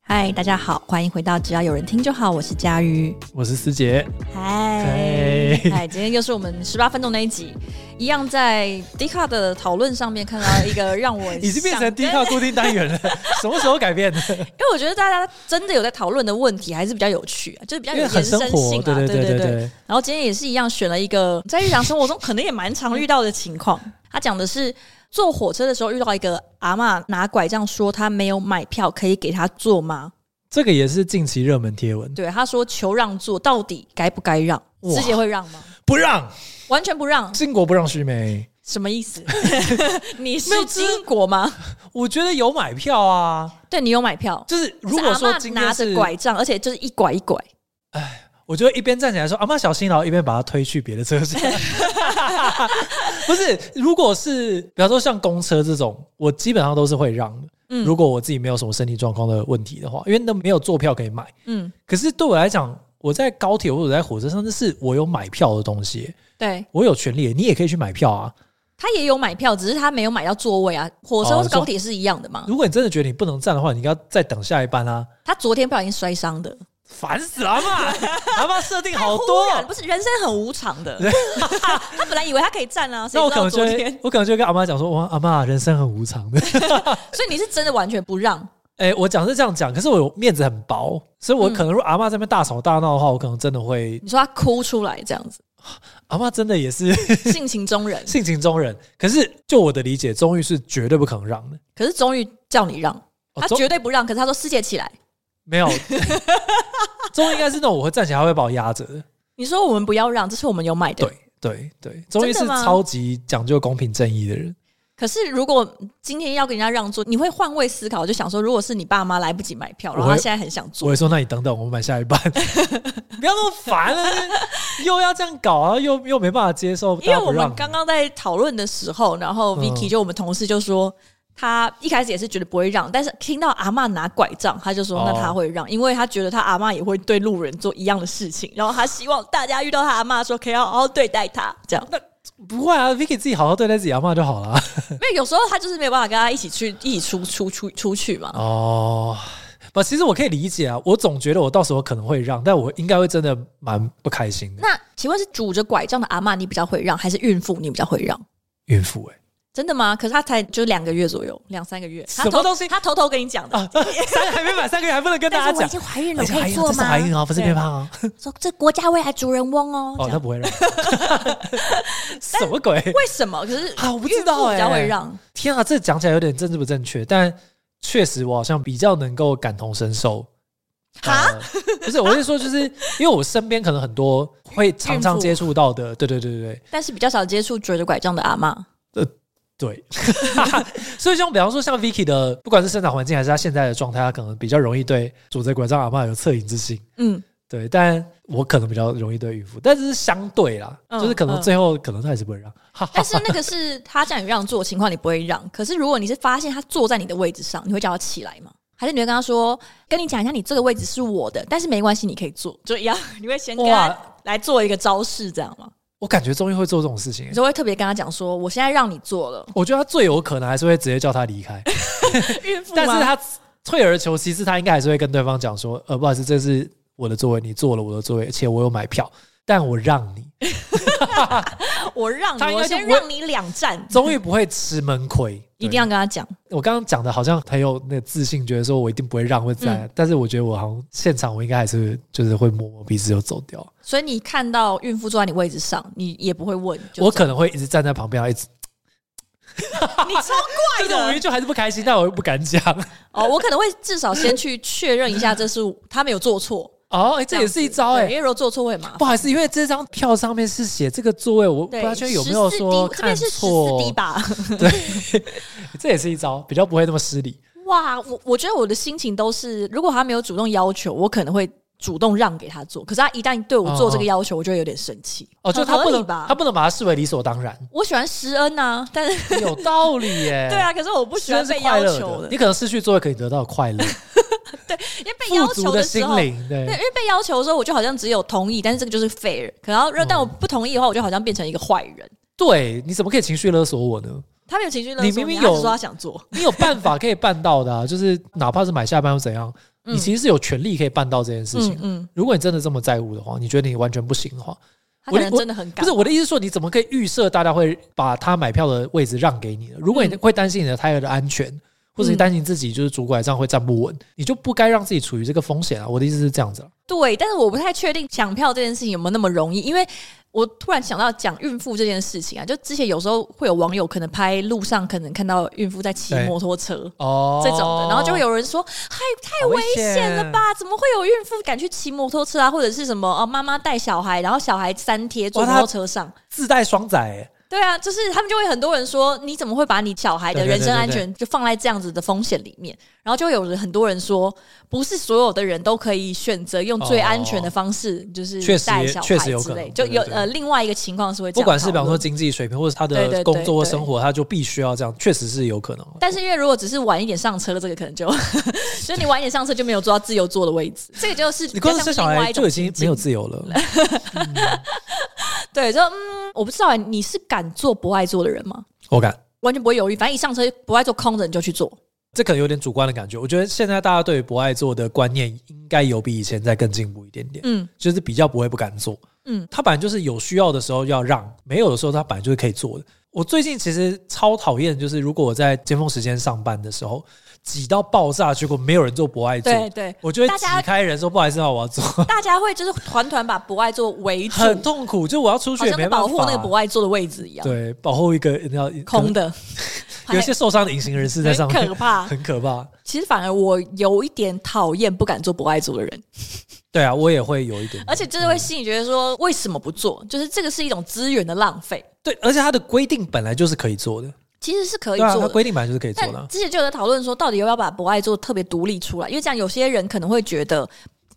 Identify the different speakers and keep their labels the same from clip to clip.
Speaker 1: 嗨，大家好，欢迎回到只要有人听就好，我是佳瑜。
Speaker 2: 我是师姐，
Speaker 1: 嗨，嗨，今天又是我们十八分钟那一集，一样在迪卡的讨论上面看到一个让我
Speaker 2: 已经变
Speaker 1: 想哎
Speaker 2: 成低靠固定单元了， 什么时候改变的？
Speaker 1: 因为我觉得大家真的有在讨论的问题，还是比较有趣、啊，就是比较
Speaker 2: 因
Speaker 1: 有
Speaker 2: 为
Speaker 1: 延伸
Speaker 2: 很
Speaker 1: 性啊，
Speaker 2: 生活，对
Speaker 1: 对
Speaker 2: 对
Speaker 1: 对
Speaker 2: 对对，
Speaker 1: 然后今天也是一样，选了一个在日常生活中可能也蛮常遇到的情况。他讲的是坐火车的时候遇到一个阿嬷拿拐杖说她没有买票，可以给她坐吗？
Speaker 2: 这个也是近期热门贴文，
Speaker 1: 对，他说求让座，到底该不该让？
Speaker 2: 哇
Speaker 1: 师姐会让吗？
Speaker 2: 不让
Speaker 1: 完全不让，
Speaker 2: 金国不让徐梅，
Speaker 1: 什么意 思？你
Speaker 2: 没
Speaker 1: 是
Speaker 2: 有这
Speaker 1: 金国吗？
Speaker 2: 我觉得有买票啊，
Speaker 1: 对你有买票？
Speaker 2: 就是如果
Speaker 1: 是阿
Speaker 2: 说
Speaker 1: 嬷
Speaker 2: 今
Speaker 1: 拿
Speaker 2: 天
Speaker 1: 着
Speaker 2: 是，
Speaker 1: 拐杖，而且就是一拐一拐，
Speaker 2: 我就会一边站起来说阿妈小心，然哦后一边把她推去别的 车厢。不是，如果是比方说像公车这种，我基本上都是会让的。
Speaker 1: 嗯
Speaker 2: 如果我自己没有什么身体状况的问题的话，因为那没有坐票可以买。
Speaker 1: 嗯，
Speaker 2: 可是对我来讲，我在高铁或者在火车上，那是我有买票的东西，
Speaker 1: 对。
Speaker 2: 我有权利，你也可以去买票啊。
Speaker 1: 他也有买票，只是他没有买到座位啊。火车
Speaker 2: 哦
Speaker 1: 或是
Speaker 2: 你说
Speaker 1: 高铁是一样的嘛？
Speaker 2: 如果你真的觉得你不能站的话，你应该再等下一班啊。
Speaker 1: 他昨天不小心摔伤的，
Speaker 2: 烦死了嘛！ 阿妈设定好
Speaker 1: 突然
Speaker 2: 多，哦
Speaker 1: 不是人生很无常的。他本来以为他可以站啊，谁
Speaker 2: 那我
Speaker 1: 知
Speaker 2: 可
Speaker 1: 道
Speaker 2: 能就
Speaker 1: 昨
Speaker 2: 会
Speaker 1: 天？，
Speaker 2: 我可能就会跟阿妈讲说，哇，阿妈，人生很无常 的。
Speaker 1: 所以你是真的完全不让，
Speaker 2: 哎、我讲是这样讲，可是我有面子很薄，所以我
Speaker 1: 嗯
Speaker 2: 可能如果阿妈在那边大吵大闹的话，我可能真的会，
Speaker 1: 你说他哭出来这 样子，
Speaker 2: 阿妈真的也是
Speaker 1: 性情中人。
Speaker 2: 性情中人。可是就我的理解，终于是绝对不可能让的。
Speaker 1: 可是终于叫你让，
Speaker 2: 哦
Speaker 1: 他
Speaker 2: 终
Speaker 1: 绝对不让。可是他说：“师姐起来。
Speaker 2: 没有， 终于应该是那种我会站起来，他会把我压着的。”
Speaker 1: 你说我们不要让，这是我们有买的。
Speaker 2: 对对对，终于是
Speaker 1: 真的吗
Speaker 2: 超级讲究公平正义的人。
Speaker 1: 可是如果今天要跟人家让座，你会换位思考，就想说，如果是你爸妈来不及买票，然后
Speaker 2: 我
Speaker 1: 他
Speaker 2: 会
Speaker 1: 现在很想坐
Speaker 2: 我，会说，那你等等，我们买下 一班。不要那么烦了，又要这样搞啊，又又没办法接受，
Speaker 1: 因为
Speaker 2: 大家
Speaker 1: 我
Speaker 2: 不让
Speaker 1: 们刚刚在讨论的时候，然后
Speaker 2: 嗯
Speaker 1: Vicky 就我们同事就说，他一开始也是觉得不会让，但是听到阿嬷拿拐杖，他就说
Speaker 2: 哦
Speaker 1: 那他会让，因为他觉得他阿嬷也会对路人做一样的事情，然后他希望大家遇到他阿嬷的时候可以好好对待他，这 样。
Speaker 2: 不会啊，Vicky 自己好好对待自己阿妈就好了。啊
Speaker 1: 因为有时候他就是没有办法跟他一起去一起出出出出去嘛。
Speaker 2: 哦，不，其实我可以理解啊，我总觉得我到时候可能会让，但我应该会真的蛮不开心的。
Speaker 1: 那请问是拄着拐杖的阿嬷你比较会让，还是孕妇你比较会让？
Speaker 2: 孕妇 哎、
Speaker 1: 真的吗？可是他才就两个月左右，两三个月。他
Speaker 2: 什么
Speaker 1: 偷
Speaker 2: 东西
Speaker 1: 他偷偷跟你讲的。
Speaker 2: 啊，三个还没满三个月还不能跟
Speaker 1: 但
Speaker 2: 大
Speaker 1: 是我
Speaker 2: 家
Speaker 1: 已
Speaker 2: 讲。哎
Speaker 1: 经怀孕了，
Speaker 2: 而
Speaker 1: 我
Speaker 2: 且
Speaker 1: 可
Speaker 2: 怀
Speaker 1: 以
Speaker 2: 孕，
Speaker 1: 做
Speaker 2: 这是
Speaker 1: 吗？
Speaker 2: 怀孕哦，不是
Speaker 1: 对
Speaker 2: 变胖哦。
Speaker 1: 说这国家未来主人翁哦。这
Speaker 2: 哦，
Speaker 1: 样
Speaker 2: 那 不会让。什么鬼？
Speaker 1: 为什么？可是
Speaker 2: 啊我不知道
Speaker 1: 孕妇比较
Speaker 2: 欸
Speaker 1: 会让。
Speaker 2: 天啊，这讲起来有点政治不正确，但确实我好像比较能够感同身受。
Speaker 1: 哈
Speaker 2: 呃不是，我是说，就是因为我身边可能很多会常
Speaker 1: 孕
Speaker 2: 常
Speaker 1: 妇
Speaker 2: 接触到
Speaker 1: 嗯
Speaker 2: 的，对对对对
Speaker 1: 但是比较少接触拄着拐杖的阿嬷。
Speaker 2: 对 对，所以像比方说像 Vicky 的，不管是生长环境还是她现在的状态，她可能比较容易对主责拐杖阿嬷有恻隐之心。
Speaker 1: 嗯，
Speaker 2: 对，但我可能比较容易对孕妇，但是相对啦，
Speaker 1: 嗯
Speaker 2: 就是可能
Speaker 1: 嗯
Speaker 2: 最后可能她还是不会让。哈哈
Speaker 1: 但是那个是他叫你让座的情况，你不会让。可是如果你是发现他坐在你的位置上，你会叫他起来吗？还是你会跟他说，跟你讲一下，你这个位置是我的，但是没关系，你可以坐，就一样。 你会先跟他
Speaker 2: 哇，
Speaker 1: 来做一个招式，这样吗？
Speaker 2: 我感觉终于会做这种事情、欸
Speaker 1: 你就会特别跟他讲说，我现在让你坐了，
Speaker 2: 我觉得他最有可能还是会直接叫他离 开，
Speaker 1: 孕妇吗
Speaker 2: 但是他退而求其次，他应该还是会跟对方讲说，呃，不好意思，这是我的座位，你坐了我的座位，而且我有买票，但我让 你，
Speaker 1: 我让你，
Speaker 2: 他应
Speaker 1: 我
Speaker 2: 该就
Speaker 1: 先
Speaker 2: 不会
Speaker 1: 让你两站，
Speaker 2: 终于不会吃闷亏。
Speaker 1: 一定要跟他讲。
Speaker 2: 对，我刚刚讲的好像很有那个自信，觉得说我一定不会让，会在，但是我觉得我好像现场我应该还是就是会摸摸鼻子就走掉，
Speaker 1: 所以你看到孕妇坐在你位置上，你也不会问，就
Speaker 2: 我
Speaker 1: 走
Speaker 2: 可能会一直站在旁边，一直，
Speaker 1: 你超怪
Speaker 2: 但是我明
Speaker 1: 的
Speaker 2: 明就还是不开心，但我又不敢讲。
Speaker 1: 哦，我可能会至少先去确认一下，这是他没有做错，
Speaker 2: 哦，哎、 这也
Speaker 1: 样子
Speaker 2: 是一招哎、
Speaker 1: 对因为如果做错会很麻烦。
Speaker 2: 不好意思，因为这张票上面是写这个座位， 我不
Speaker 1: 对，
Speaker 2: 知道确定有没有
Speaker 1: 14
Speaker 2: 说
Speaker 1: D，这
Speaker 2: 看
Speaker 1: 边是十四 D
Speaker 2: 错。
Speaker 1: 吧？
Speaker 2: 这也是一招，比较不会那么失礼。
Speaker 1: 哇，我我觉得我的心情都是，如果他没有主动要求，我可能会主动让给他做。可是他一旦对我做这个要求，我就会有点生气。
Speaker 2: 哦，就
Speaker 1: 很
Speaker 2: 他
Speaker 1: 合
Speaker 2: 不
Speaker 1: 理
Speaker 2: 能，
Speaker 1: 吧
Speaker 2: 他？不能把它视为理 所当然。
Speaker 1: 我喜欢施恩啊，但是
Speaker 2: 有道理耶。
Speaker 1: 对，啊，可是我不喜欢被
Speaker 2: 哎是快
Speaker 1: 要
Speaker 2: 乐
Speaker 1: 求的，
Speaker 2: 你可能失去座位可以得到快乐，
Speaker 1: 因为 被要
Speaker 2: 富足
Speaker 1: 求的时
Speaker 2: 心
Speaker 1: 候，
Speaker 2: 灵。
Speaker 1: 对，因
Speaker 2: 对，
Speaker 1: 为被要求的时候，我就好像只有同意，但是这个就是 fair。可然后，但我不同意的话，我就好像变成一个坏人。
Speaker 2: 对，你怎么可以情绪勒索我呢？
Speaker 1: 他没有情绪勒索，
Speaker 2: 你明明
Speaker 1: 他只
Speaker 2: 有
Speaker 1: 说他想做，
Speaker 2: 你有办法可以办到的、啊，就是哪怕是买下班又怎样，
Speaker 1: 嗯
Speaker 2: 你其实是有权利可以办到这件事情。
Speaker 1: 嗯嗯，
Speaker 2: 如果你真的这么在乎的话，你觉得你完全不行的话，
Speaker 1: 他
Speaker 2: 我
Speaker 1: 可能真的很
Speaker 2: 不
Speaker 1: 敢
Speaker 2: 是，我的意思是说，你怎么可以预设大家会把他买票的位置让给你呢？如果你
Speaker 1: 嗯
Speaker 2: 会担心你的胎儿的安全，或者你担心自己就是拄拐杖会站不稳，你就不该让自己处于这个风险啊！我的意思是这样子啊，
Speaker 1: 对，但是我不太确定抢票这件事情有没有那么容易，因为我突然想到讲孕妇这件事情啊，就之前有时候会有网友可能拍路上可能看到孕妇在骑
Speaker 2: 对
Speaker 1: 摩托车。
Speaker 2: 哦
Speaker 1: 这种的，然后就会有人说：“嗨，太
Speaker 2: 好危
Speaker 1: 危险了
Speaker 2: 险
Speaker 1: 吧？怎么会有孕妇敢去骑摩托车啊？或者是什么哦，妈妈带小孩，然后小孩粘贴坐
Speaker 2: 哇
Speaker 1: 摩
Speaker 2: 他
Speaker 1: 托车上。”
Speaker 2: 自带双仔、欸，
Speaker 1: 对啊，就是他们就会很多人说，你怎么会把你小孩的
Speaker 2: 对对对
Speaker 1: 人身安
Speaker 2: 对对
Speaker 1: 全就放在这样子的风险里面？然后就会有人很多人说，不是所有的人都可以选择用最安全的方式，就是
Speaker 2: 哦确实
Speaker 1: 带小
Speaker 2: 确实
Speaker 1: 孩
Speaker 2: 有
Speaker 1: 之
Speaker 2: 可
Speaker 1: 类。
Speaker 2: 能
Speaker 1: 就有
Speaker 2: 对对对
Speaker 1: 呃，另外一个情况是会这
Speaker 2: 不
Speaker 1: 样
Speaker 2: 管是比
Speaker 1: 讨
Speaker 2: 方
Speaker 1: 论
Speaker 2: 说，经济水平或者他
Speaker 1: 对对
Speaker 2: 的
Speaker 1: 对
Speaker 2: 工作或
Speaker 1: 对
Speaker 2: 生活，他就必须要这样，确实是有可能。
Speaker 1: 但是因为如果只是晚一点上车，这个可能就 就是你晚一点上车就没有坐到自由座的位置， 这个就是
Speaker 2: 你光
Speaker 1: 比较
Speaker 2: 是生
Speaker 1: 像
Speaker 2: 小
Speaker 1: 另外
Speaker 2: 孩
Speaker 1: 一种
Speaker 2: 就已经
Speaker 1: 情
Speaker 2: 没有
Speaker 1: 境
Speaker 2: 自由了，
Speaker 1: 对，就嗯，我不知道、欸、你是敢做不爱做的人吗？
Speaker 2: 我感
Speaker 1: 完全不会犹豫，反正一上车不爱做空着你就去做。
Speaker 2: 这可能有点主观的感觉。我觉得现在大家对于不爱做的观念，应该有比以前再更进步一点点。
Speaker 1: 嗯
Speaker 2: 就是比较不会不敢做。
Speaker 1: 嗯，
Speaker 2: 他本来就是有需要的时候要让，没有的时候他本来就是可以做的。我最近其实超讨厌，就是如果我在尖峰时间上班的时候挤到爆炸，结果没有人做不爱做，
Speaker 1: 对对。
Speaker 2: 我就会
Speaker 1: 大
Speaker 2: 挤
Speaker 1: 家
Speaker 2: 开人说不好意思啊，我 要做，
Speaker 1: 大家会就是团团把博爱做为主，
Speaker 2: 很痛苦。就我要出去
Speaker 1: 好
Speaker 2: 也
Speaker 1: 像
Speaker 2: 没
Speaker 1: 在
Speaker 2: 办法
Speaker 1: 保护那个博爱做的位置一样，
Speaker 2: 对保护一个你要
Speaker 1: 空，的，
Speaker 2: 可能有一些受伤的隐形人士在上
Speaker 1: 很
Speaker 2: 面
Speaker 1: 可， 怕。
Speaker 2: 很可怕。
Speaker 1: 其实反而我有一点讨厌不敢做博爱做的人，
Speaker 2: 对啊，我也会有一点，
Speaker 1: 而且就是会心里觉得说为什么不做？就是这个是一种资源的浪费，
Speaker 2: 对，而且他的规定本来就是可以做的，
Speaker 1: 其实是可以
Speaker 2: 对啊，
Speaker 1: 做
Speaker 2: 他
Speaker 1: 的。
Speaker 2: 规定本来就是可以做
Speaker 1: 但
Speaker 2: 的啊。
Speaker 1: 之前就有在讨论说，到底要不要把博爱做特别独立出来？因为这样有些人可能会觉得，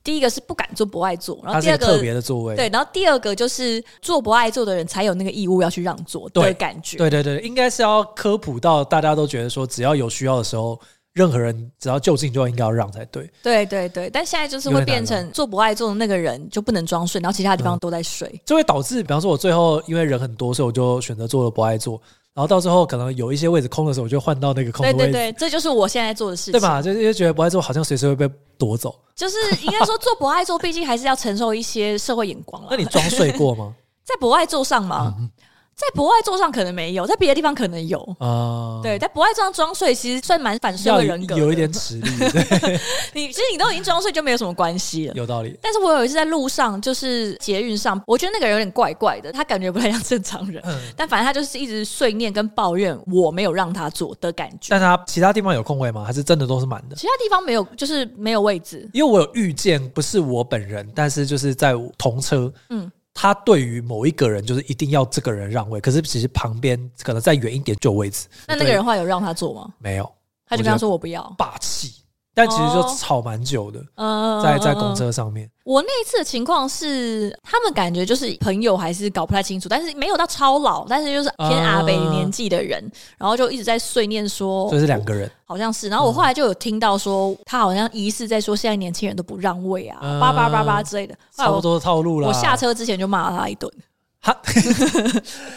Speaker 1: 第一个是不敢做博爱做，然后
Speaker 2: 它
Speaker 1: 第
Speaker 2: 是一
Speaker 1: 二
Speaker 2: 个
Speaker 1: 个
Speaker 2: 特别的座位，
Speaker 1: 对，然后第二个就是做不爱做的人才有那个义务要去让座的
Speaker 2: 对
Speaker 1: 感觉。
Speaker 2: 对对对，应该是要科普到大家都觉得说，只要有需要的时候，任何人只要就近就应该要让才对。
Speaker 1: 对对对，但现在就是
Speaker 2: 有
Speaker 1: 会
Speaker 2: 点
Speaker 1: 变
Speaker 2: 难
Speaker 1: 成做不爱做的那个人就不能装睡，然后其他地
Speaker 2: 嗯
Speaker 1: 方都在睡。
Speaker 2: 这会导致，比方说，我最后因为人很多，所以我就选择做了不爱做，然后到最后可能有一些位置空的时候，我就换到那个空
Speaker 1: 对
Speaker 2: 的位
Speaker 1: 对对，
Speaker 2: 置，
Speaker 1: 这就是我现在做的事
Speaker 2: 对
Speaker 1: 情。
Speaker 2: 吧？就是因为觉得不爱做好像随时会被夺走。
Speaker 1: 就是应该说做不爱做，毕竟还是要承受一些社会眼光了
Speaker 2: 那。 你嗯装睡过吗？
Speaker 1: 在不爱做上嘛，在不爱做上可能没有，在别的地方可能有。
Speaker 2: 啊、
Speaker 1: 对，在不爱做上装睡，其实算蛮反社
Speaker 2: 要
Speaker 1: 会人格
Speaker 2: 有
Speaker 1: 的
Speaker 2: 有一点实力，对，
Speaker 1: 你其实你都已经装睡，就没有什么关系了。
Speaker 2: 有道理。
Speaker 1: 但是我有一次在路上，就是捷运上，我觉得那个人有点怪怪的，他感觉不太像正常人。
Speaker 2: 嗯
Speaker 1: 但反正他就是一直碎念跟抱怨我没有让他做的感觉。
Speaker 2: 但他其他地方有空位吗？还是真的都是满的？
Speaker 1: 其他地方没有，就是没有位置。
Speaker 2: 因为我有遇见，不是我本人，但是就是在同车，
Speaker 1: 嗯
Speaker 2: 嗯，他对于某一个人就是一定要这个人让位，可是其实旁边可能再远一点就有位置，
Speaker 1: 那那个人话有让他做吗？
Speaker 2: 没有
Speaker 1: 他就跟他说我不要。
Speaker 2: 霸气，但其实就
Speaker 1: 哦
Speaker 2: 吵蛮久的，
Speaker 1: 嗯，
Speaker 2: 在在公
Speaker 1: 嗯。嗯嗯
Speaker 2: 车上面，
Speaker 1: 我那一次的情况是，他们感觉就是朋友还是搞不太清楚，但是没有到超老，但是就是偏阿北
Speaker 2: 嗯
Speaker 1: 年纪的人，然后就一直在碎念说
Speaker 2: 所以是两个人，
Speaker 1: 好像是。然
Speaker 2: 嗯
Speaker 1: 后我后来就有听到说，他好像疑似在说现在年轻人都不让位啊，
Speaker 2: 嗯
Speaker 1: 叭叭叭叭之类的。后来
Speaker 2: 差
Speaker 1: 我
Speaker 2: 不多套路啦。
Speaker 1: 哦我下车之前就骂他一顿，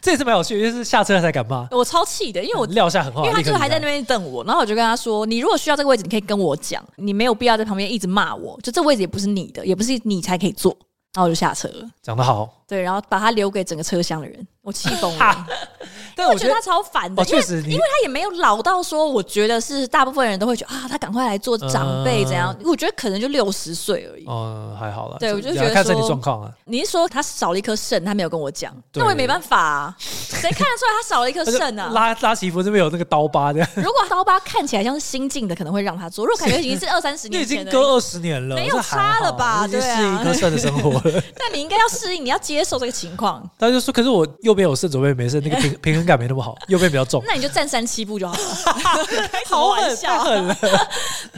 Speaker 2: 这也是蛮有趣的，就是下车才敢骂，
Speaker 1: 我超气的，因为我
Speaker 2: 撂下狠话，
Speaker 1: 因为他
Speaker 2: 立刻
Speaker 1: 就是还
Speaker 2: 离
Speaker 1: 在
Speaker 2: 开
Speaker 1: 那边瞪我，然后我就跟他说：“你如果需要这个位置，你可以跟我讲，你没有必要在旁边一直骂我。就这位置也不是你的，也不是你才可以坐。”然后我就下车了，
Speaker 2: 啊讲得好，
Speaker 1: 对，然后把他留给整个车厢的人，我气疯了。
Speaker 2: 但
Speaker 1: 我
Speaker 2: 我
Speaker 1: 觉
Speaker 2: 觉
Speaker 1: 得
Speaker 2: 得
Speaker 1: 他超烦的，
Speaker 2: 哦，
Speaker 1: 因为
Speaker 2: 确实你
Speaker 1: 因为他也没有老到说，我觉得是大部分人都会觉得啊，他赶快来做长辈
Speaker 2: 嗯
Speaker 1: 怎样？我觉得可能就六十岁而已。
Speaker 2: 嗯还好了，
Speaker 1: 对我就
Speaker 2: 这
Speaker 1: 觉得
Speaker 2: 看身体
Speaker 1: 说
Speaker 2: 状况啊，
Speaker 1: 你是说他少了一颗肾，他没有跟我讲？
Speaker 2: 对
Speaker 1: 那我也没办法 啊，谁看得出来他少了一颗
Speaker 2: 而且
Speaker 1: 肾啊？
Speaker 2: 拉拉媳妇这边有那个刀疤的，
Speaker 1: 如果刀疤看起来像是新进的，可能会让他做；如果感觉已经是二三十
Speaker 2: 你
Speaker 1: 年
Speaker 2: 已
Speaker 1: 前
Speaker 2: 经
Speaker 1: 的，
Speaker 2: 隔二十年了，
Speaker 1: 没有
Speaker 2: 这还
Speaker 1: 差
Speaker 2: 好
Speaker 1: 了吧
Speaker 2: 我已经
Speaker 1: 对啊
Speaker 2: 适应歌肾的生活 了。
Speaker 1: 但你应该要适应，你要接受这个情况，
Speaker 2: 他就说：“可是我右边有肾，左边没肾，那个平 平衡感没那 么好，右边比较重。
Speaker 1: 那你就站三七步 就好了。开什么玩笑啊？
Speaker 2: 狠了！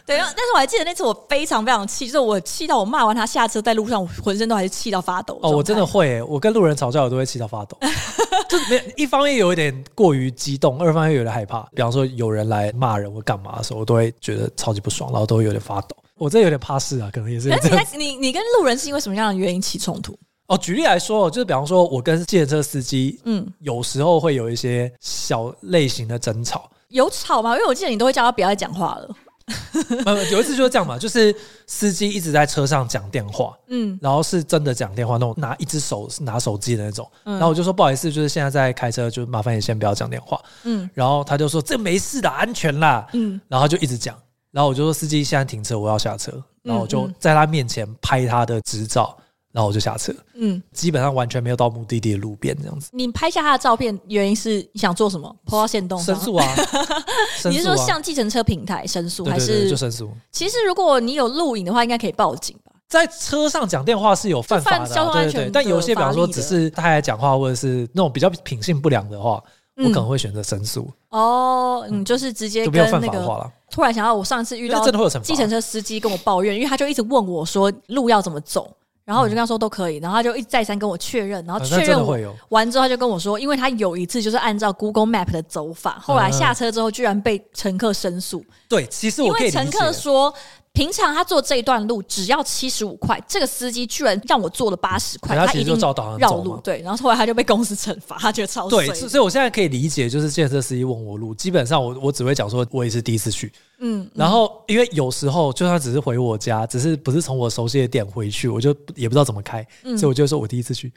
Speaker 1: 对，但是我还记得那次我非常非常气，就是我气到我骂完他下车，在路上我浑身都还是气到发抖。
Speaker 2: 哦，我真的，会耶，我跟路人吵架，我都会气到发抖。 就没有一方面有一点过于激动，二方面有点害怕。比方说有人来骂人或干嘛的时候，我都会觉得超级不爽，然 后都会有点发抖。我这有点怕事啊，可能也是有
Speaker 1: 可
Speaker 2: 这
Speaker 1: 是你
Speaker 2: 样。
Speaker 1: 在你你跟路人是因为什么样的原因起冲突？
Speaker 2: 哦，举例来说，就是比方说，我跟计程车司机
Speaker 1: 嗯，
Speaker 2: 有时候会有一些小类型的争吵。
Speaker 1: 有吵吗？因为我记得你都会叫他不要再讲话了。
Speaker 2: 呃，有一次就是这样嘛，就是司机一直在车上讲电话，
Speaker 1: 嗯，
Speaker 2: 然后是真的讲电话那种，拿一只手拿手机的那种。
Speaker 1: 嗯
Speaker 2: 然后我就说不好意思，就是现在在开车，就是麻烦你先不要讲电话。
Speaker 1: 嗯
Speaker 2: 然后他就说这没事的，安全啦。
Speaker 1: 嗯，
Speaker 2: 然后他就一直讲，然后我就说司机现在停车，我要下车。然后我就
Speaker 1: 嗯
Speaker 2: 在他面前拍他的执照，然后我就下车，
Speaker 1: 嗯，
Speaker 2: 基本上完全没有到目的地的路边这样子。
Speaker 1: 你拍下他的照片，原因是你想做什么？抛到线动
Speaker 2: 申
Speaker 1: 上？
Speaker 2: 诉啊，
Speaker 1: 哦
Speaker 2: 申
Speaker 1: 你是
Speaker 2: 诉
Speaker 1: 说
Speaker 2: 啊，
Speaker 1: 向计程车平台申诉，
Speaker 2: 对
Speaker 1: 还
Speaker 2: 对对，
Speaker 1: 是
Speaker 2: 就申诉。
Speaker 1: 其实如果你有录影的话，应该可以报警吧？
Speaker 2: 在车上讲电话是有犯法的啊、
Speaker 1: 就犯交通安
Speaker 2: 对
Speaker 1: 全
Speaker 2: 对
Speaker 1: 的
Speaker 2: 对。但有些，比方说
Speaker 1: 法律
Speaker 2: 只
Speaker 1: 的
Speaker 2: 是他在讲话，或者是那种比较品性不良的话，我
Speaker 1: 嗯
Speaker 2: 可能会选择申诉，
Speaker 1: 哦，你就是直接
Speaker 2: 嗯就没有
Speaker 1: 跟
Speaker 2: 犯
Speaker 1: 那
Speaker 2: 法的
Speaker 1: 个
Speaker 2: 话了。
Speaker 1: 突然想到，我上次遇
Speaker 2: 因为
Speaker 1: 到
Speaker 2: 真的会有惩罚。
Speaker 1: 计程车司机跟我抱怨，因为他就一直问我说路要怎么走，然后我就跟他说都可以，然后他就一再三跟我确认，然后
Speaker 2: 啊
Speaker 1: 确
Speaker 2: 那真
Speaker 1: 认
Speaker 2: 的
Speaker 1: 我
Speaker 2: 会有。
Speaker 1: 完之后，他就跟我说，因为他有一次就是按照 Google Map 的走法，后
Speaker 2: 嗯
Speaker 1: 来下车之后居然被乘客申诉，
Speaker 2: 对，其实
Speaker 1: 因
Speaker 2: 我可以
Speaker 1: 为
Speaker 2: 理解
Speaker 1: 乘客说。平常他坐这一段路只要七十五块，这个司机居然让我坐了八十
Speaker 2: 可
Speaker 1: 块，
Speaker 2: 哎他
Speaker 1: 他
Speaker 2: 其
Speaker 1: 一
Speaker 2: 实就
Speaker 1: 定
Speaker 2: 照导航
Speaker 1: 绕
Speaker 2: 走
Speaker 1: 路
Speaker 2: 嘛。
Speaker 1: 对，然后后来他就被公司惩罚，他觉得超
Speaker 2: 对，
Speaker 1: 衰。
Speaker 2: 所所以我现在可以理解，就是建设司机问我路，基本上我我只会讲说我也是第一次去，
Speaker 1: 嗯，
Speaker 2: 然后因为有时候就算只是回我家，只是不是从我熟悉的点回去，我就也不知道怎么开，
Speaker 1: 嗯
Speaker 2: 所以我就说我第一次去，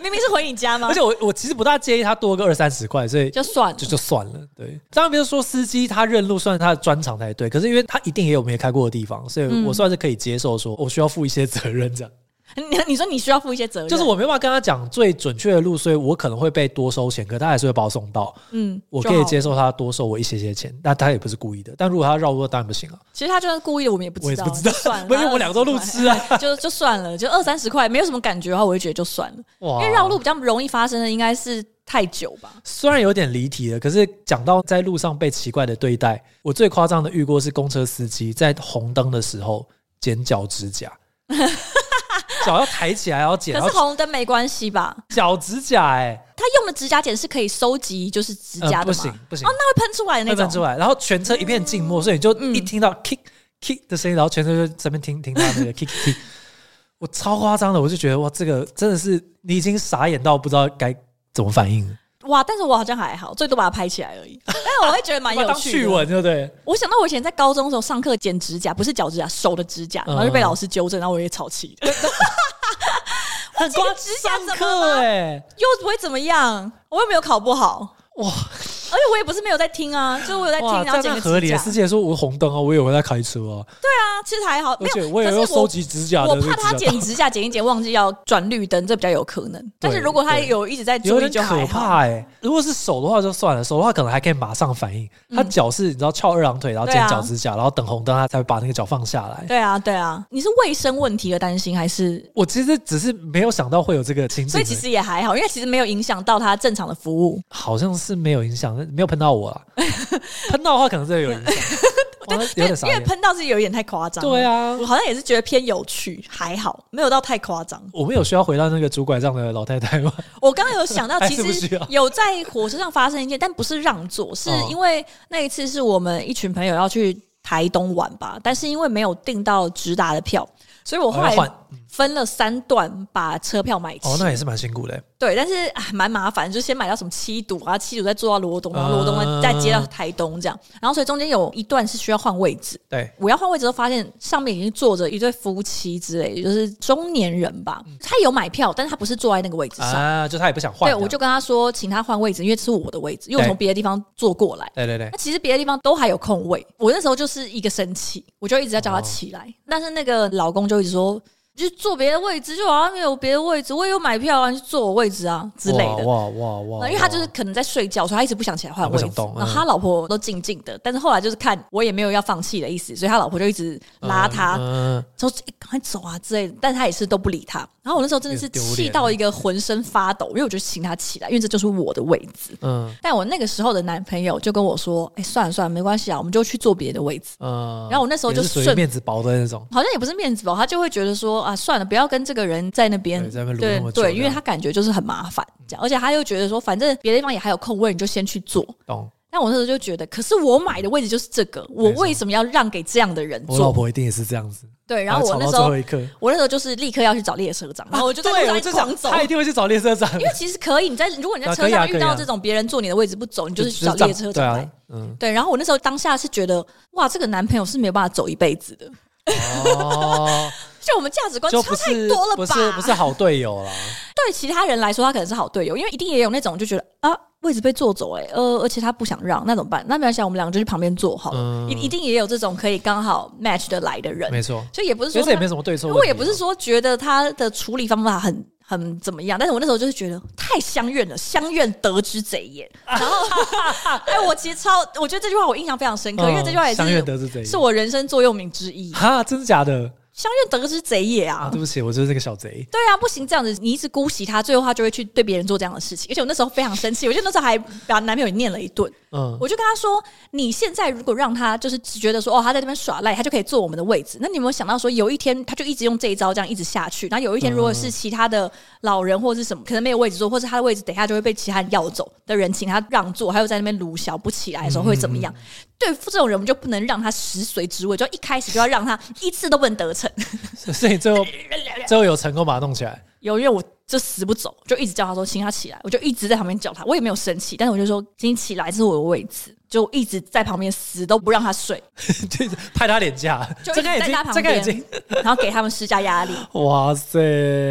Speaker 1: 明明是回你家吗
Speaker 2: 而？且我我其实不大介意他多个二三十块，所以
Speaker 1: 就算了
Speaker 2: 就，就算了。对，当然，比如说司机他认路算他的专长才对，可是因为他一定也有没开过的地方，所以
Speaker 1: 嗯
Speaker 2: 我算是可以接受，说我需要负一些责任，这样、
Speaker 1: 你你说你需要负一些责任，
Speaker 2: 就是我没办法跟他讲最准确的路，所以我可能会被多收钱，可他还是会把我送到，
Speaker 1: 嗯，
Speaker 2: 我
Speaker 1: 就
Speaker 2: 可以
Speaker 1: 好
Speaker 2: 接受他多收我一些些钱，那他也不是故意的，但如果他绕路，当然不行啊，
Speaker 1: 其实他就算故意的，我们也不
Speaker 2: 我
Speaker 1: 知
Speaker 2: 也
Speaker 1: 道，
Speaker 2: 不知道
Speaker 1: 就算了，
Speaker 2: 不 是因为我两周路
Speaker 1: 反正
Speaker 2: 痴啊，
Speaker 1: 就就算了，就二三十块，没有什么感觉的话，我就觉得就算了。 因
Speaker 2: 哇
Speaker 1: 为绕路。比较容易发生的应该是太久吧，
Speaker 2: 虽然有点离题了，可是讲到在路上被奇怪的对待，我最夸张的遇过是公车司机在红灯的时候剪脚指 甲，脚要抬起来，然后剪，
Speaker 1: 可
Speaker 2: 然
Speaker 1: 是
Speaker 2: 后
Speaker 1: 红灯没关系吧？
Speaker 2: 脚指甲哎、
Speaker 1: 他用的指甲剪是可以收集就是指
Speaker 2: 呃
Speaker 1: 甲
Speaker 2: 不
Speaker 1: 的
Speaker 2: 行
Speaker 1: 嘛，
Speaker 2: 不行
Speaker 1: 哦，，那会喷出来的那
Speaker 2: 会
Speaker 1: 种
Speaker 2: 喷出来，然后全车一片静默，所以你就
Speaker 1: 嗯
Speaker 2: 一听到 kick kick 的声音，然后全车就在那边听听到那个 kick kick，我超夸张的，我就觉得哇，这个真的是你已经傻眼到不知道该怎么反应了，
Speaker 1: 哇！但是我好像还好，最多把它拍起来 而已。但我会觉得蛮
Speaker 2: 把它
Speaker 1: 有
Speaker 2: 当
Speaker 1: 趣
Speaker 2: 趣
Speaker 1: 的。
Speaker 2: 闻，对不对？
Speaker 1: 我想到我以前在高中的时候上课剪指甲，不是脚指甲，手的指甲，然后就被
Speaker 2: 嗯
Speaker 1: 老师纠正，然后我也超气的，
Speaker 2: 很
Speaker 1: 这个指甲怎么
Speaker 2: 上课哎、
Speaker 1: 又不会怎么样，我又没有考不好，
Speaker 2: 哇
Speaker 1: 而且我也不是没有在听啊，就是我有在听，
Speaker 2: 哇，
Speaker 1: 然后
Speaker 2: 这
Speaker 1: 剪
Speaker 2: 样
Speaker 1: 个
Speaker 2: 合理
Speaker 1: 指
Speaker 2: 耶。
Speaker 1: 甲。
Speaker 2: 司机也说我红灯啊，我以为我在开车啊，
Speaker 1: 啊，其实还好，
Speaker 2: 而
Speaker 1: 没
Speaker 2: 且
Speaker 1: 有。
Speaker 2: 我也
Speaker 1: 可是
Speaker 2: 要收集指甲的
Speaker 1: 我
Speaker 2: 这个指
Speaker 1: 怕
Speaker 2: 甲
Speaker 1: 他
Speaker 2: 刀，
Speaker 1: 剪指甲剪一剪忘记要转绿灯，这比较有可能。但是如果他
Speaker 2: 对
Speaker 1: 有一直在
Speaker 2: 有
Speaker 1: 注意，
Speaker 2: 点
Speaker 1: 就还
Speaker 2: 可
Speaker 1: 好。
Speaker 2: 怕哎、如果是手的话就算了，手的话可能还可以马上反应。他
Speaker 1: 嗯
Speaker 2: 脚是你知道翘二郎腿，然后
Speaker 1: 对
Speaker 2: 剪
Speaker 1: 啊
Speaker 2: 脚指甲，然后等红灯他才会把那个脚放下 来。
Speaker 1: 对啊，对啊，你是卫生问题的担心还是？
Speaker 2: 我其实只是没有想到会有这个情景
Speaker 1: 所
Speaker 2: 而
Speaker 1: 以
Speaker 2: 已，
Speaker 1: 其实也还好，因为其实没有影响到他正常的服务。
Speaker 2: 好像是没有影响，没有喷 到我啦。喷到的话可能真的有影响，哇那有点傻
Speaker 1: 因为
Speaker 2: 眼。
Speaker 1: 喷到自己有一点太夸张。
Speaker 2: 对
Speaker 1: 啊，
Speaker 2: 啊
Speaker 1: 我，好像也是觉得偏有趣，还好没有到太夸张。
Speaker 2: 我们有需要回到那个拄拐杖的老太太吗？
Speaker 1: 我刚刚有想到，
Speaker 2: 还
Speaker 1: 其
Speaker 2: 是不需
Speaker 1: 实
Speaker 2: 要
Speaker 1: 有在火车上发生一件，但不是让座，是
Speaker 2: 哦
Speaker 1: 因为那一次是我们一群朋友要去台东玩吧，但是因为没有订到直达的票，所以我后
Speaker 2: 哦
Speaker 1: 来
Speaker 2: 要换
Speaker 1: 分了三段把车票买齐。
Speaker 2: 哦，那也是蛮辛苦的欸、
Speaker 1: 对，但是啊蛮麻烦，就先买到什么七堵啊，七堵再坐到罗东，然后罗东
Speaker 2: 嗯
Speaker 1: 再再接到台东这样，然后所以中间有一段是需要换位置。
Speaker 2: 对，
Speaker 1: 我要换位置，后发现上面已经坐着一对夫妻之类的，就是中年人吧。他有买票，但是他不是坐在那个位置上，
Speaker 2: 嗯啊，就她也不想换哎
Speaker 1: 对，
Speaker 2: 的。
Speaker 1: 我就跟他说，请他换位置，因为这是我的位置，因为我
Speaker 2: 对
Speaker 1: 从别的地方坐过来。
Speaker 2: 对对对
Speaker 1: 那，其实别的地方都还有空位，我那时候就是一个生气，我就一直在叫他起
Speaker 2: 哦
Speaker 1: 来，但是那个老公就一直说，你就坐别的位置，就好像没有别的位置，我也有买票啊，你去坐我位置啊之类的。嗯
Speaker 2: 哇哇哇！
Speaker 1: 因为他就是
Speaker 2: 哇
Speaker 1: 可能在睡觉，所以他一直不想起来换位置
Speaker 2: 他不想动。嗯
Speaker 1: 然后他老婆都静静的，但是后来就是看我也没有要放弃的意思，所以他老婆就一直拉他，
Speaker 2: 嗯嗯
Speaker 1: 说欸赶快走啊之类的，但他也是都不理他。然后我那时候真的是
Speaker 2: 有点丢
Speaker 1: 气
Speaker 2: 脸
Speaker 1: 到一个浑身发抖，因为我就请他起来，因为这就是我的位置。
Speaker 2: 嗯
Speaker 1: 但我那个时候的男朋友就跟我说：“哎、算了算了，没关系啊，我们就去做别的位置。
Speaker 2: 嗯
Speaker 1: 然后我那时候就
Speaker 2: 也是属于
Speaker 1: 顺
Speaker 2: 面子薄的那种”，
Speaker 1: 好像也不是面子吧，他就会觉得说啊，算了，不要跟这个人在那边
Speaker 2: 对在那边撸
Speaker 1: 对
Speaker 2: 那么久
Speaker 1: 对，
Speaker 2: 这
Speaker 1: 因为
Speaker 2: 样
Speaker 1: 他感觉就是很麻烦，这样，而且他又觉得说，反正别的地方也还有空位，你就先去做。但
Speaker 2: 懂？
Speaker 1: 但我那时候就觉得，可是我买的位置就是这个，我为什么要让给这样的人
Speaker 2: 我老
Speaker 1: 坐？
Speaker 2: 婆一定也是这样子，
Speaker 1: 对，然后我
Speaker 2: 吵
Speaker 1: 那
Speaker 2: 到
Speaker 1: 时
Speaker 2: 最
Speaker 1: 候
Speaker 2: 后一刻，
Speaker 1: 我那时候就是立刻要去找列车长，然后我就在
Speaker 2: 对，
Speaker 1: 路
Speaker 2: 我
Speaker 1: 上
Speaker 2: 就
Speaker 1: 狂
Speaker 2: 想
Speaker 1: 走。
Speaker 2: 他一定会去找列车长，
Speaker 1: 因为其实可以，你在如果你在
Speaker 2: 啊
Speaker 1: 车
Speaker 2: 可以啊
Speaker 1: 上
Speaker 2: 可
Speaker 1: 遇
Speaker 2: 以
Speaker 1: 到
Speaker 2: 啊
Speaker 1: 这种别人坐你的位置不走，你就是去找
Speaker 2: 这
Speaker 1: 列
Speaker 2: 样
Speaker 1: 车
Speaker 2: 对
Speaker 1: 长来。
Speaker 2: 啊， 嗯，
Speaker 1: 对，然后我那时候当下是觉得，哇，这个男朋友是没有办法走一辈子的，
Speaker 2: 哦，
Speaker 1: 就我们价值观
Speaker 2: 就
Speaker 1: 差
Speaker 2: 不
Speaker 1: 太
Speaker 2: 是
Speaker 1: 多了吧？
Speaker 2: 不是不啊是好队 友啦，
Speaker 1: 对其他人来说，他可能是好队友，因为一定也有那种就觉得啊，位置被坐走、欸，哎，呃，而且他不想让，那怎么办？那没关系，啊我们两个就去旁边坐好了。
Speaker 2: 嗯
Speaker 1: 一、一定也有这种可以刚好 match 的来的人，
Speaker 2: 没错，
Speaker 1: 所以也不是
Speaker 2: 所
Speaker 1: 说
Speaker 2: 以这也
Speaker 1: 他
Speaker 2: 没什么对错
Speaker 1: 因
Speaker 2: 问
Speaker 1: 为
Speaker 2: 题嘛，啊
Speaker 1: 我也不是说觉得他的处理方法很很怎么样，但是我那时候就是觉得太相怨了，相怨得之贼也。然后， 哎，我其实超，我觉得这句话我印象非常深刻，
Speaker 2: 嗯
Speaker 1: 因为这句话也
Speaker 2: 相怨得
Speaker 1: 是
Speaker 2: 知贼也
Speaker 1: 是我人生座右铭之一。
Speaker 2: 哈，真的假的
Speaker 1: 相怨得之贼也
Speaker 2: 啊？
Speaker 1: 啊，
Speaker 2: 对不起，我就是这个小贼，
Speaker 1: 对啊，不行，这样子你一直姑息他，最后他就会去对别人做这样的事情。而且我那时候非常生气，我就那时候还把男朋友念了一顿。
Speaker 2: 嗯，
Speaker 1: 我就跟他说：“你现在如果让他就是只觉得说哦，他在这边耍赖，他就可以坐我们的位置。那你有没有想到说，有一天他就一直用这一招这样一直下去？然后有一天如果是其他的老人或者是什么，可能没有位置坐，或者他的位置等一下就会被其他人要走的人请他让座，还有在那边鲁小不起来的时候会怎么样？对付这种人，我们就不能让他食髓知味，就一开始就要让他一次都不能得逞。
Speaker 2: 所以最后最后有成功把它弄起来，
Speaker 1: 有，因为我就死不走，就一直叫他说请他起来，我就一直在旁边叫他，我也没有生气，但是我就说请你起来，这是我的位置。”就一直在旁边死都不让他睡，
Speaker 2: 就拍他脸颊，
Speaker 1: 就
Speaker 2: 这个已
Speaker 1: 一直在
Speaker 2: 经
Speaker 1: 他旁
Speaker 2: 这个已
Speaker 1: 边
Speaker 2: 经，
Speaker 1: 然后给他们施加压力。
Speaker 2: 哇塞，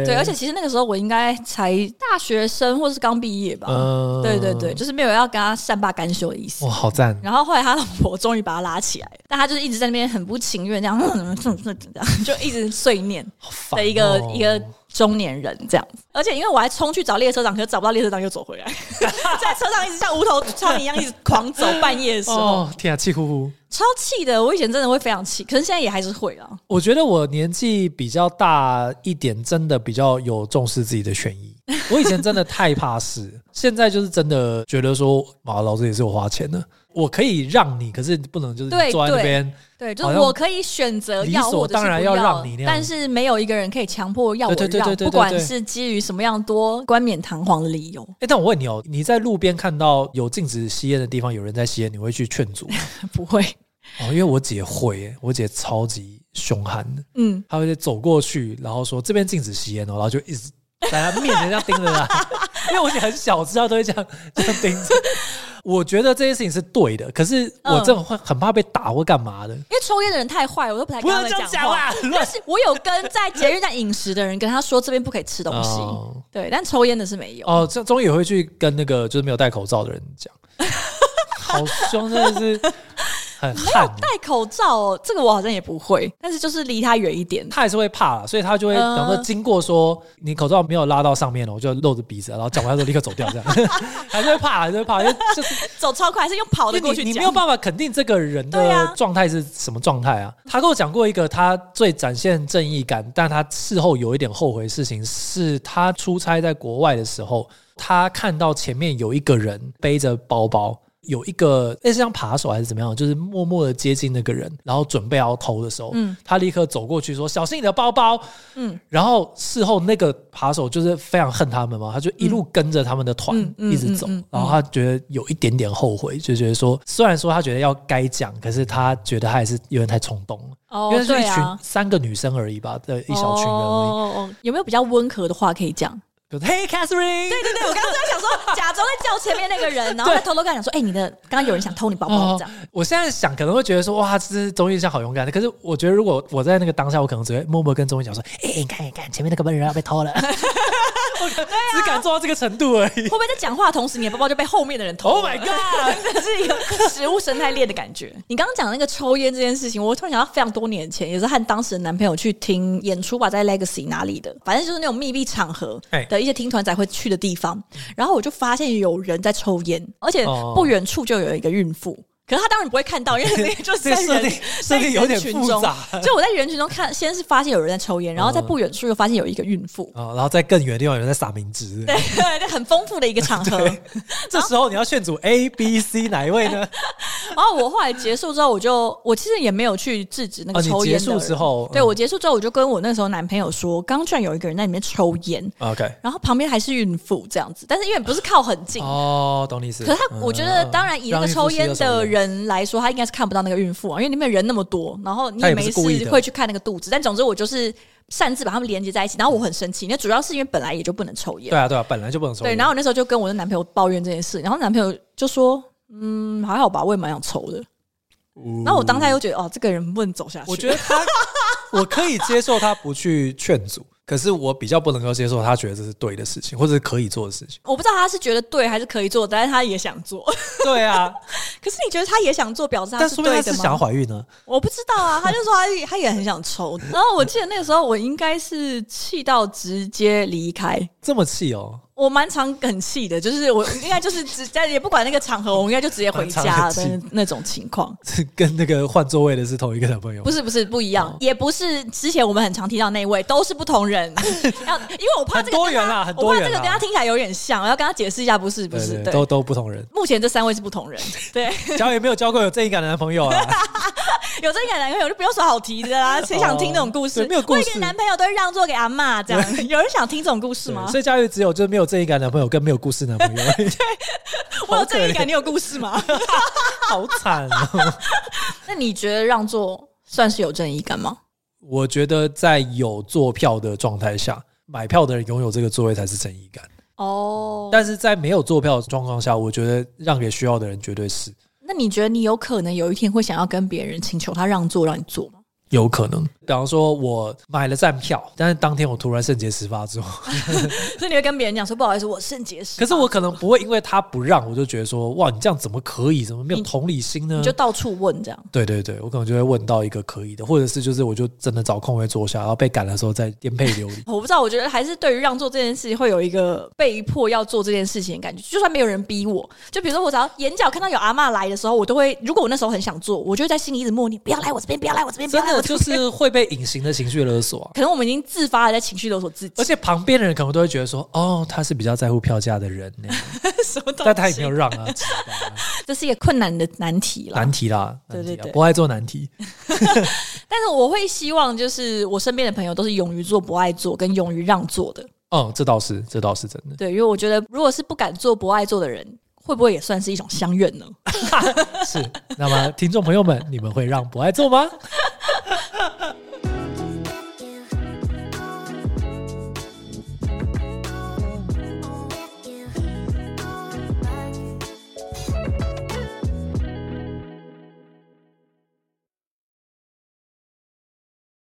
Speaker 1: 对，
Speaker 2: 对
Speaker 1: 而且其实那个时候我应该才大学生或是刚毕业吧。
Speaker 2: 嗯
Speaker 1: 对对对，，就是没有要跟他善罢甘休的意思。
Speaker 2: 哇，好赞，
Speaker 1: 然后后来他老婆终于把他拉起来，但他就是一直在那边很不情愿，这样这样就一直碎念
Speaker 2: 好烦
Speaker 1: 的一个
Speaker 2: 哦
Speaker 1: 一个中年人这样子。而且因为我还冲去找列车长，可是找不到列车长又走回来， 在车上一直像无头苍蝇一样一直狂走，半夜的时候、
Speaker 2: 哦，天啊，气呼呼。
Speaker 1: 超气的。我以前真的会非常气，可是现在也还是会啊。
Speaker 2: 我觉得我年纪比较大一点，真的比较有重视自己的权 益。我以前真的太怕事，现在就是真的觉得说，啊，老子也是有花钱的，我可以让你，可是不能就是
Speaker 1: 对
Speaker 2: 坐在那边。
Speaker 1: 对，就
Speaker 2: 好
Speaker 1: 是
Speaker 2: 像
Speaker 1: 我可以选择
Speaker 2: 理
Speaker 1: 要
Speaker 2: 所
Speaker 1: 或者是
Speaker 2: 当然
Speaker 1: 不
Speaker 2: 要让你那样
Speaker 1: 但是没有一个人可以强迫要我让，
Speaker 2: 对对对对对对
Speaker 1: 不管
Speaker 2: 对
Speaker 1: 是基于什么样多冠冕堂皇的理由，
Speaker 2: 哎、但我问你哦，你在路边看到有禁止吸烟的地方，有人在吸烟，你会去劝阻吗？
Speaker 1: 不会。
Speaker 2: 哦，因为我姐会耶，我姐超级凶悍的，
Speaker 1: 嗯，
Speaker 2: 她会走过去，然后说这边禁止吸烟哦，然后就一直在她面前这样盯着她， 因为我姐很小，知道都会这样这样盯着。我觉得这件事情是对的，可是我真的会很怕被打或干嘛的。
Speaker 1: 因为抽烟的人太坏，我都不太
Speaker 2: 不
Speaker 1: 跟他
Speaker 2: 要
Speaker 1: 们
Speaker 2: 这样讲
Speaker 1: 话
Speaker 2: 啦。
Speaker 1: 但是我有跟在节日站饮食的人跟他说这边不可以吃东西，
Speaker 2: 哦
Speaker 1: 对，但抽烟的是没有。
Speaker 2: 哦，这终于也会去跟那个就是没有戴口罩的人讲，好凶，真的是很悍。
Speaker 1: 戴口罩哦，这个我好像也不会，但是就是离他远一点。
Speaker 2: 他还是会怕啦，所以他就会
Speaker 1: 嗯
Speaker 2: 然后经过说你口罩没有拉到上面了，哦我就露着鼻子，然后讲完之后立刻走掉，这样 还是会怕，还是会怕，因为就是
Speaker 1: 走超快，还是用跑的
Speaker 2: 因
Speaker 1: 过
Speaker 2: 为
Speaker 1: 去
Speaker 2: 你你
Speaker 1: 讲
Speaker 2: 没有办法肯定这个人
Speaker 1: 对啊
Speaker 2: 的状态是什么状态啊。他跟我讲过一个他最展现正义感，但他事后有一点后悔的事情，是他出差在国外的时候，他看到前面有一个人背着包包。有一个类似像扒手还是怎么样，就是默默的接近那个人，然后准备要偷的时候，
Speaker 1: 嗯
Speaker 2: 他立刻走过去说：“小心你的包包。”
Speaker 1: 嗯
Speaker 2: 然后事后那个扒手就是非常恨他们嘛，他就一路跟着他们的团
Speaker 1: 嗯嗯
Speaker 2: 一直走，
Speaker 1: 嗯嗯嗯
Speaker 2: 然后他觉得有一点点后悔，就觉得说，虽然说他觉得要该讲，可是他觉得他还是有点太冲动了，
Speaker 1: 哦
Speaker 2: 因为，是一
Speaker 1: 对
Speaker 2: 群、
Speaker 1: 啊，
Speaker 2: 三个女生而已吧，的一小群人而已。
Speaker 1: 哦哦哦有没有比较温和的话可以讲？
Speaker 2: 就是 Hey Catherine，
Speaker 1: 对对对，我刚刚在想说，假装在叫前面那个人，然后
Speaker 2: 对
Speaker 1: 再偷偷跟他讲说，哎、你的刚刚有人想偷你包包，
Speaker 2: 哦
Speaker 1: 这样。，
Speaker 2: 我现在想可能会觉得说，哇，这是综艺像好勇敢的。可是我觉得，如果我在那个当下，我可能只会默默跟综艺讲说，哎、你看，你看，前面那个人要 被偷了，
Speaker 1: 啊
Speaker 2: 我 只敢做到这个程度而已
Speaker 1: 会。不会在讲话的同时，你的包包就被后面的人偷
Speaker 2: Oh
Speaker 1: 了
Speaker 2: my god！
Speaker 1: 这 是一个食物生态链的感觉。你刚刚讲那个抽烟这件事情，我突然想到非常多年前，也是和当时的男朋友去听演出吧，在 Legacy 哪里的，反正就是那种密闭场合
Speaker 2: 哎
Speaker 1: 的一些听团仔会去的地方。然后我就发现有人在抽烟，而且
Speaker 2: 哦
Speaker 1: 不远处就有一个孕妇。可是他当然不会看到，因为那个 就是
Speaker 2: 这
Speaker 1: 在
Speaker 2: 个设
Speaker 1: 人
Speaker 2: 定设定有点
Speaker 1: 在人
Speaker 2: 复
Speaker 1: 群中
Speaker 2: 杂
Speaker 1: 就我在人群中看，先是发现有人在抽烟，然后在不远处又发现有一个孕妇，
Speaker 2: 哦，然后在更远的地方有人在撒冥纸。
Speaker 1: 对， 就很丰富的一个场合。
Speaker 2: 这时候你要炫组 A、B、C 哪一位呢？
Speaker 1: 然后我后来结束之后，我就我其实也没有去制止那个
Speaker 2: 哦你
Speaker 1: 抽烟的人。
Speaker 2: 结束之后
Speaker 1: 对
Speaker 2: 嗯
Speaker 1: 我结束之后，我就跟我那时候男朋友说，刚刚居然有一个人在里面抽烟，
Speaker 2: OK，
Speaker 1: 然后旁边还是孕妇这样子，但是因为不是靠很近。
Speaker 2: 哦，懂你意思。
Speaker 1: 可是他，我觉得
Speaker 2: 嗯
Speaker 1: 当然以那个抽烟的，人来说，他应该是看不到那个孕妇啊，因为里面人那么多，然后你
Speaker 2: 他也不
Speaker 1: 没
Speaker 2: 是
Speaker 1: 事
Speaker 2: 故意的
Speaker 1: 会去看那个肚子。但总之，我就是擅自把他们连接在一起，然后我很生气，那主要是因为本来也就不能抽烟
Speaker 2: 让孕妇是有什么对，啊对啊，本来就不能抽
Speaker 1: 对。
Speaker 2: 烟。
Speaker 1: 然后我那时候就跟我的男朋友抱怨这件事，然后男朋友就说：“嗯，还好吧，我也蛮想抽的。”然后我当下又觉得，哦，这个人不能走下去。
Speaker 2: 嗯我觉得 他，我可以接受他不去劝阻，可是我比较不能够接受他觉得这是对的事情，或者是可以做的事情。
Speaker 1: 我不知道他是觉得对还是可以做，但是他也想做。
Speaker 2: 对啊，
Speaker 1: 可是你觉得他也想做，表示他
Speaker 2: 但
Speaker 1: 是
Speaker 2: 说明
Speaker 1: 对
Speaker 2: 他
Speaker 1: 的
Speaker 2: 是想要
Speaker 1: 吗？
Speaker 2: 怀孕呢。
Speaker 1: 我不知道啊，他就说他也 他也很想抽。然后我记得那个时候我应该是气到直接离开。
Speaker 2: 这么气哦，
Speaker 1: 我蛮常很气的，就是我应该就是直在也不管那个场合，我应该就直接回家
Speaker 2: 蛮
Speaker 1: 了
Speaker 2: 常很
Speaker 1: 的那种情况。
Speaker 2: 这跟那个换座位的是同一个男朋友
Speaker 1: 不。是不是不一样，也不是之前我们很常提到那一位，都是不同 人。要因为我怕这个
Speaker 2: 很多
Speaker 1: 跟
Speaker 2: 元
Speaker 1: 他
Speaker 2: 啦很
Speaker 1: 我
Speaker 2: 多
Speaker 1: 怕
Speaker 2: 元
Speaker 1: 这个
Speaker 2: 啦
Speaker 1: 跟他听起来有点像，我要跟他解释一下，不是不是
Speaker 2: 对
Speaker 1: 啊对。
Speaker 2: 都都不同 人，
Speaker 1: 目前这三位是不同人，对，
Speaker 2: 小野没有交过有正义感的男朋友啊，
Speaker 1: 有这个男朋友就不用说好提的啦，谁想听这种故事？
Speaker 2: 对没有故事
Speaker 1: 我以前男朋友都会让座给阿嬷，这样有人想听这种故事
Speaker 2: 对
Speaker 1: 吗？
Speaker 2: 所以佳玉只有就是没有正义感的男朋友跟没有故事的男朋友，
Speaker 1: 我有
Speaker 2: 好可
Speaker 1: 正义
Speaker 2: 怜
Speaker 1: 感，你有故事吗？
Speaker 2: 好惨哦。
Speaker 1: 那你觉得让座算是有正义感吗？
Speaker 2: 我觉得在有坐票的状态下，买票的人拥有这个座位才是正义感。
Speaker 1: 哦，
Speaker 2: 但是在没有坐票的状况下，我觉得让给需要的人绝对是
Speaker 1: 那你觉得你有可能有一天会想要跟别人请求他让座让你坐吗？
Speaker 2: 有可能。比方说，我买了站票，但是当天我突然肾结石发作，
Speaker 1: 所以你会跟别人讲说不好意思，我肾结石，
Speaker 2: 可是我可能不会因为他不让，我就觉得说，哇，你这样怎么可以？怎么没有
Speaker 1: 你
Speaker 2: 同理心呢
Speaker 1: 你就？到处问这样。。
Speaker 2: 对对对，我可能就会问到一个可以的，或者是就是我就真的找空位坐下，然后被赶的时候再颠沛流离
Speaker 1: 我不知道，我觉得还是对于让座这件事情会有一个被迫要做这件事情的感觉。就算没有人逼我，就比如说我只要眼角看到有阿嬷来的时候，我都会，如果我那时候很想做，我就会在心里一直默念：不要来我这边，不要来我这边，不要
Speaker 2: 真
Speaker 1: 来我
Speaker 2: 的
Speaker 1: 这边。
Speaker 2: 就是会被隐形的情绪勒索啊、
Speaker 1: 可能我们已经自发的在情绪勒索自己
Speaker 2: 而，且旁边的人可能都会觉得说，哦，他是比较在乎票价的人 呢，
Speaker 1: 什么东
Speaker 2: 但他也没
Speaker 1: 西
Speaker 2: 有？让啊，奇葩
Speaker 1: 这是一个困难的难题啦
Speaker 2: 难。题啦，
Speaker 1: 对
Speaker 2: 难
Speaker 1: 对
Speaker 2: 题啦
Speaker 1: 对
Speaker 2: 不爱做难题。
Speaker 1: 但是我会希望，就是我身边的朋友都是勇于做不爱做，跟勇于让座的。
Speaker 2: 嗯，这倒是，这倒是真的。
Speaker 1: 对，因为我觉得如果是不敢做不爱做的人，会不会也算是一种相怨呢？
Speaker 2: 是，那么听众朋友们，你们会让不爱做吗？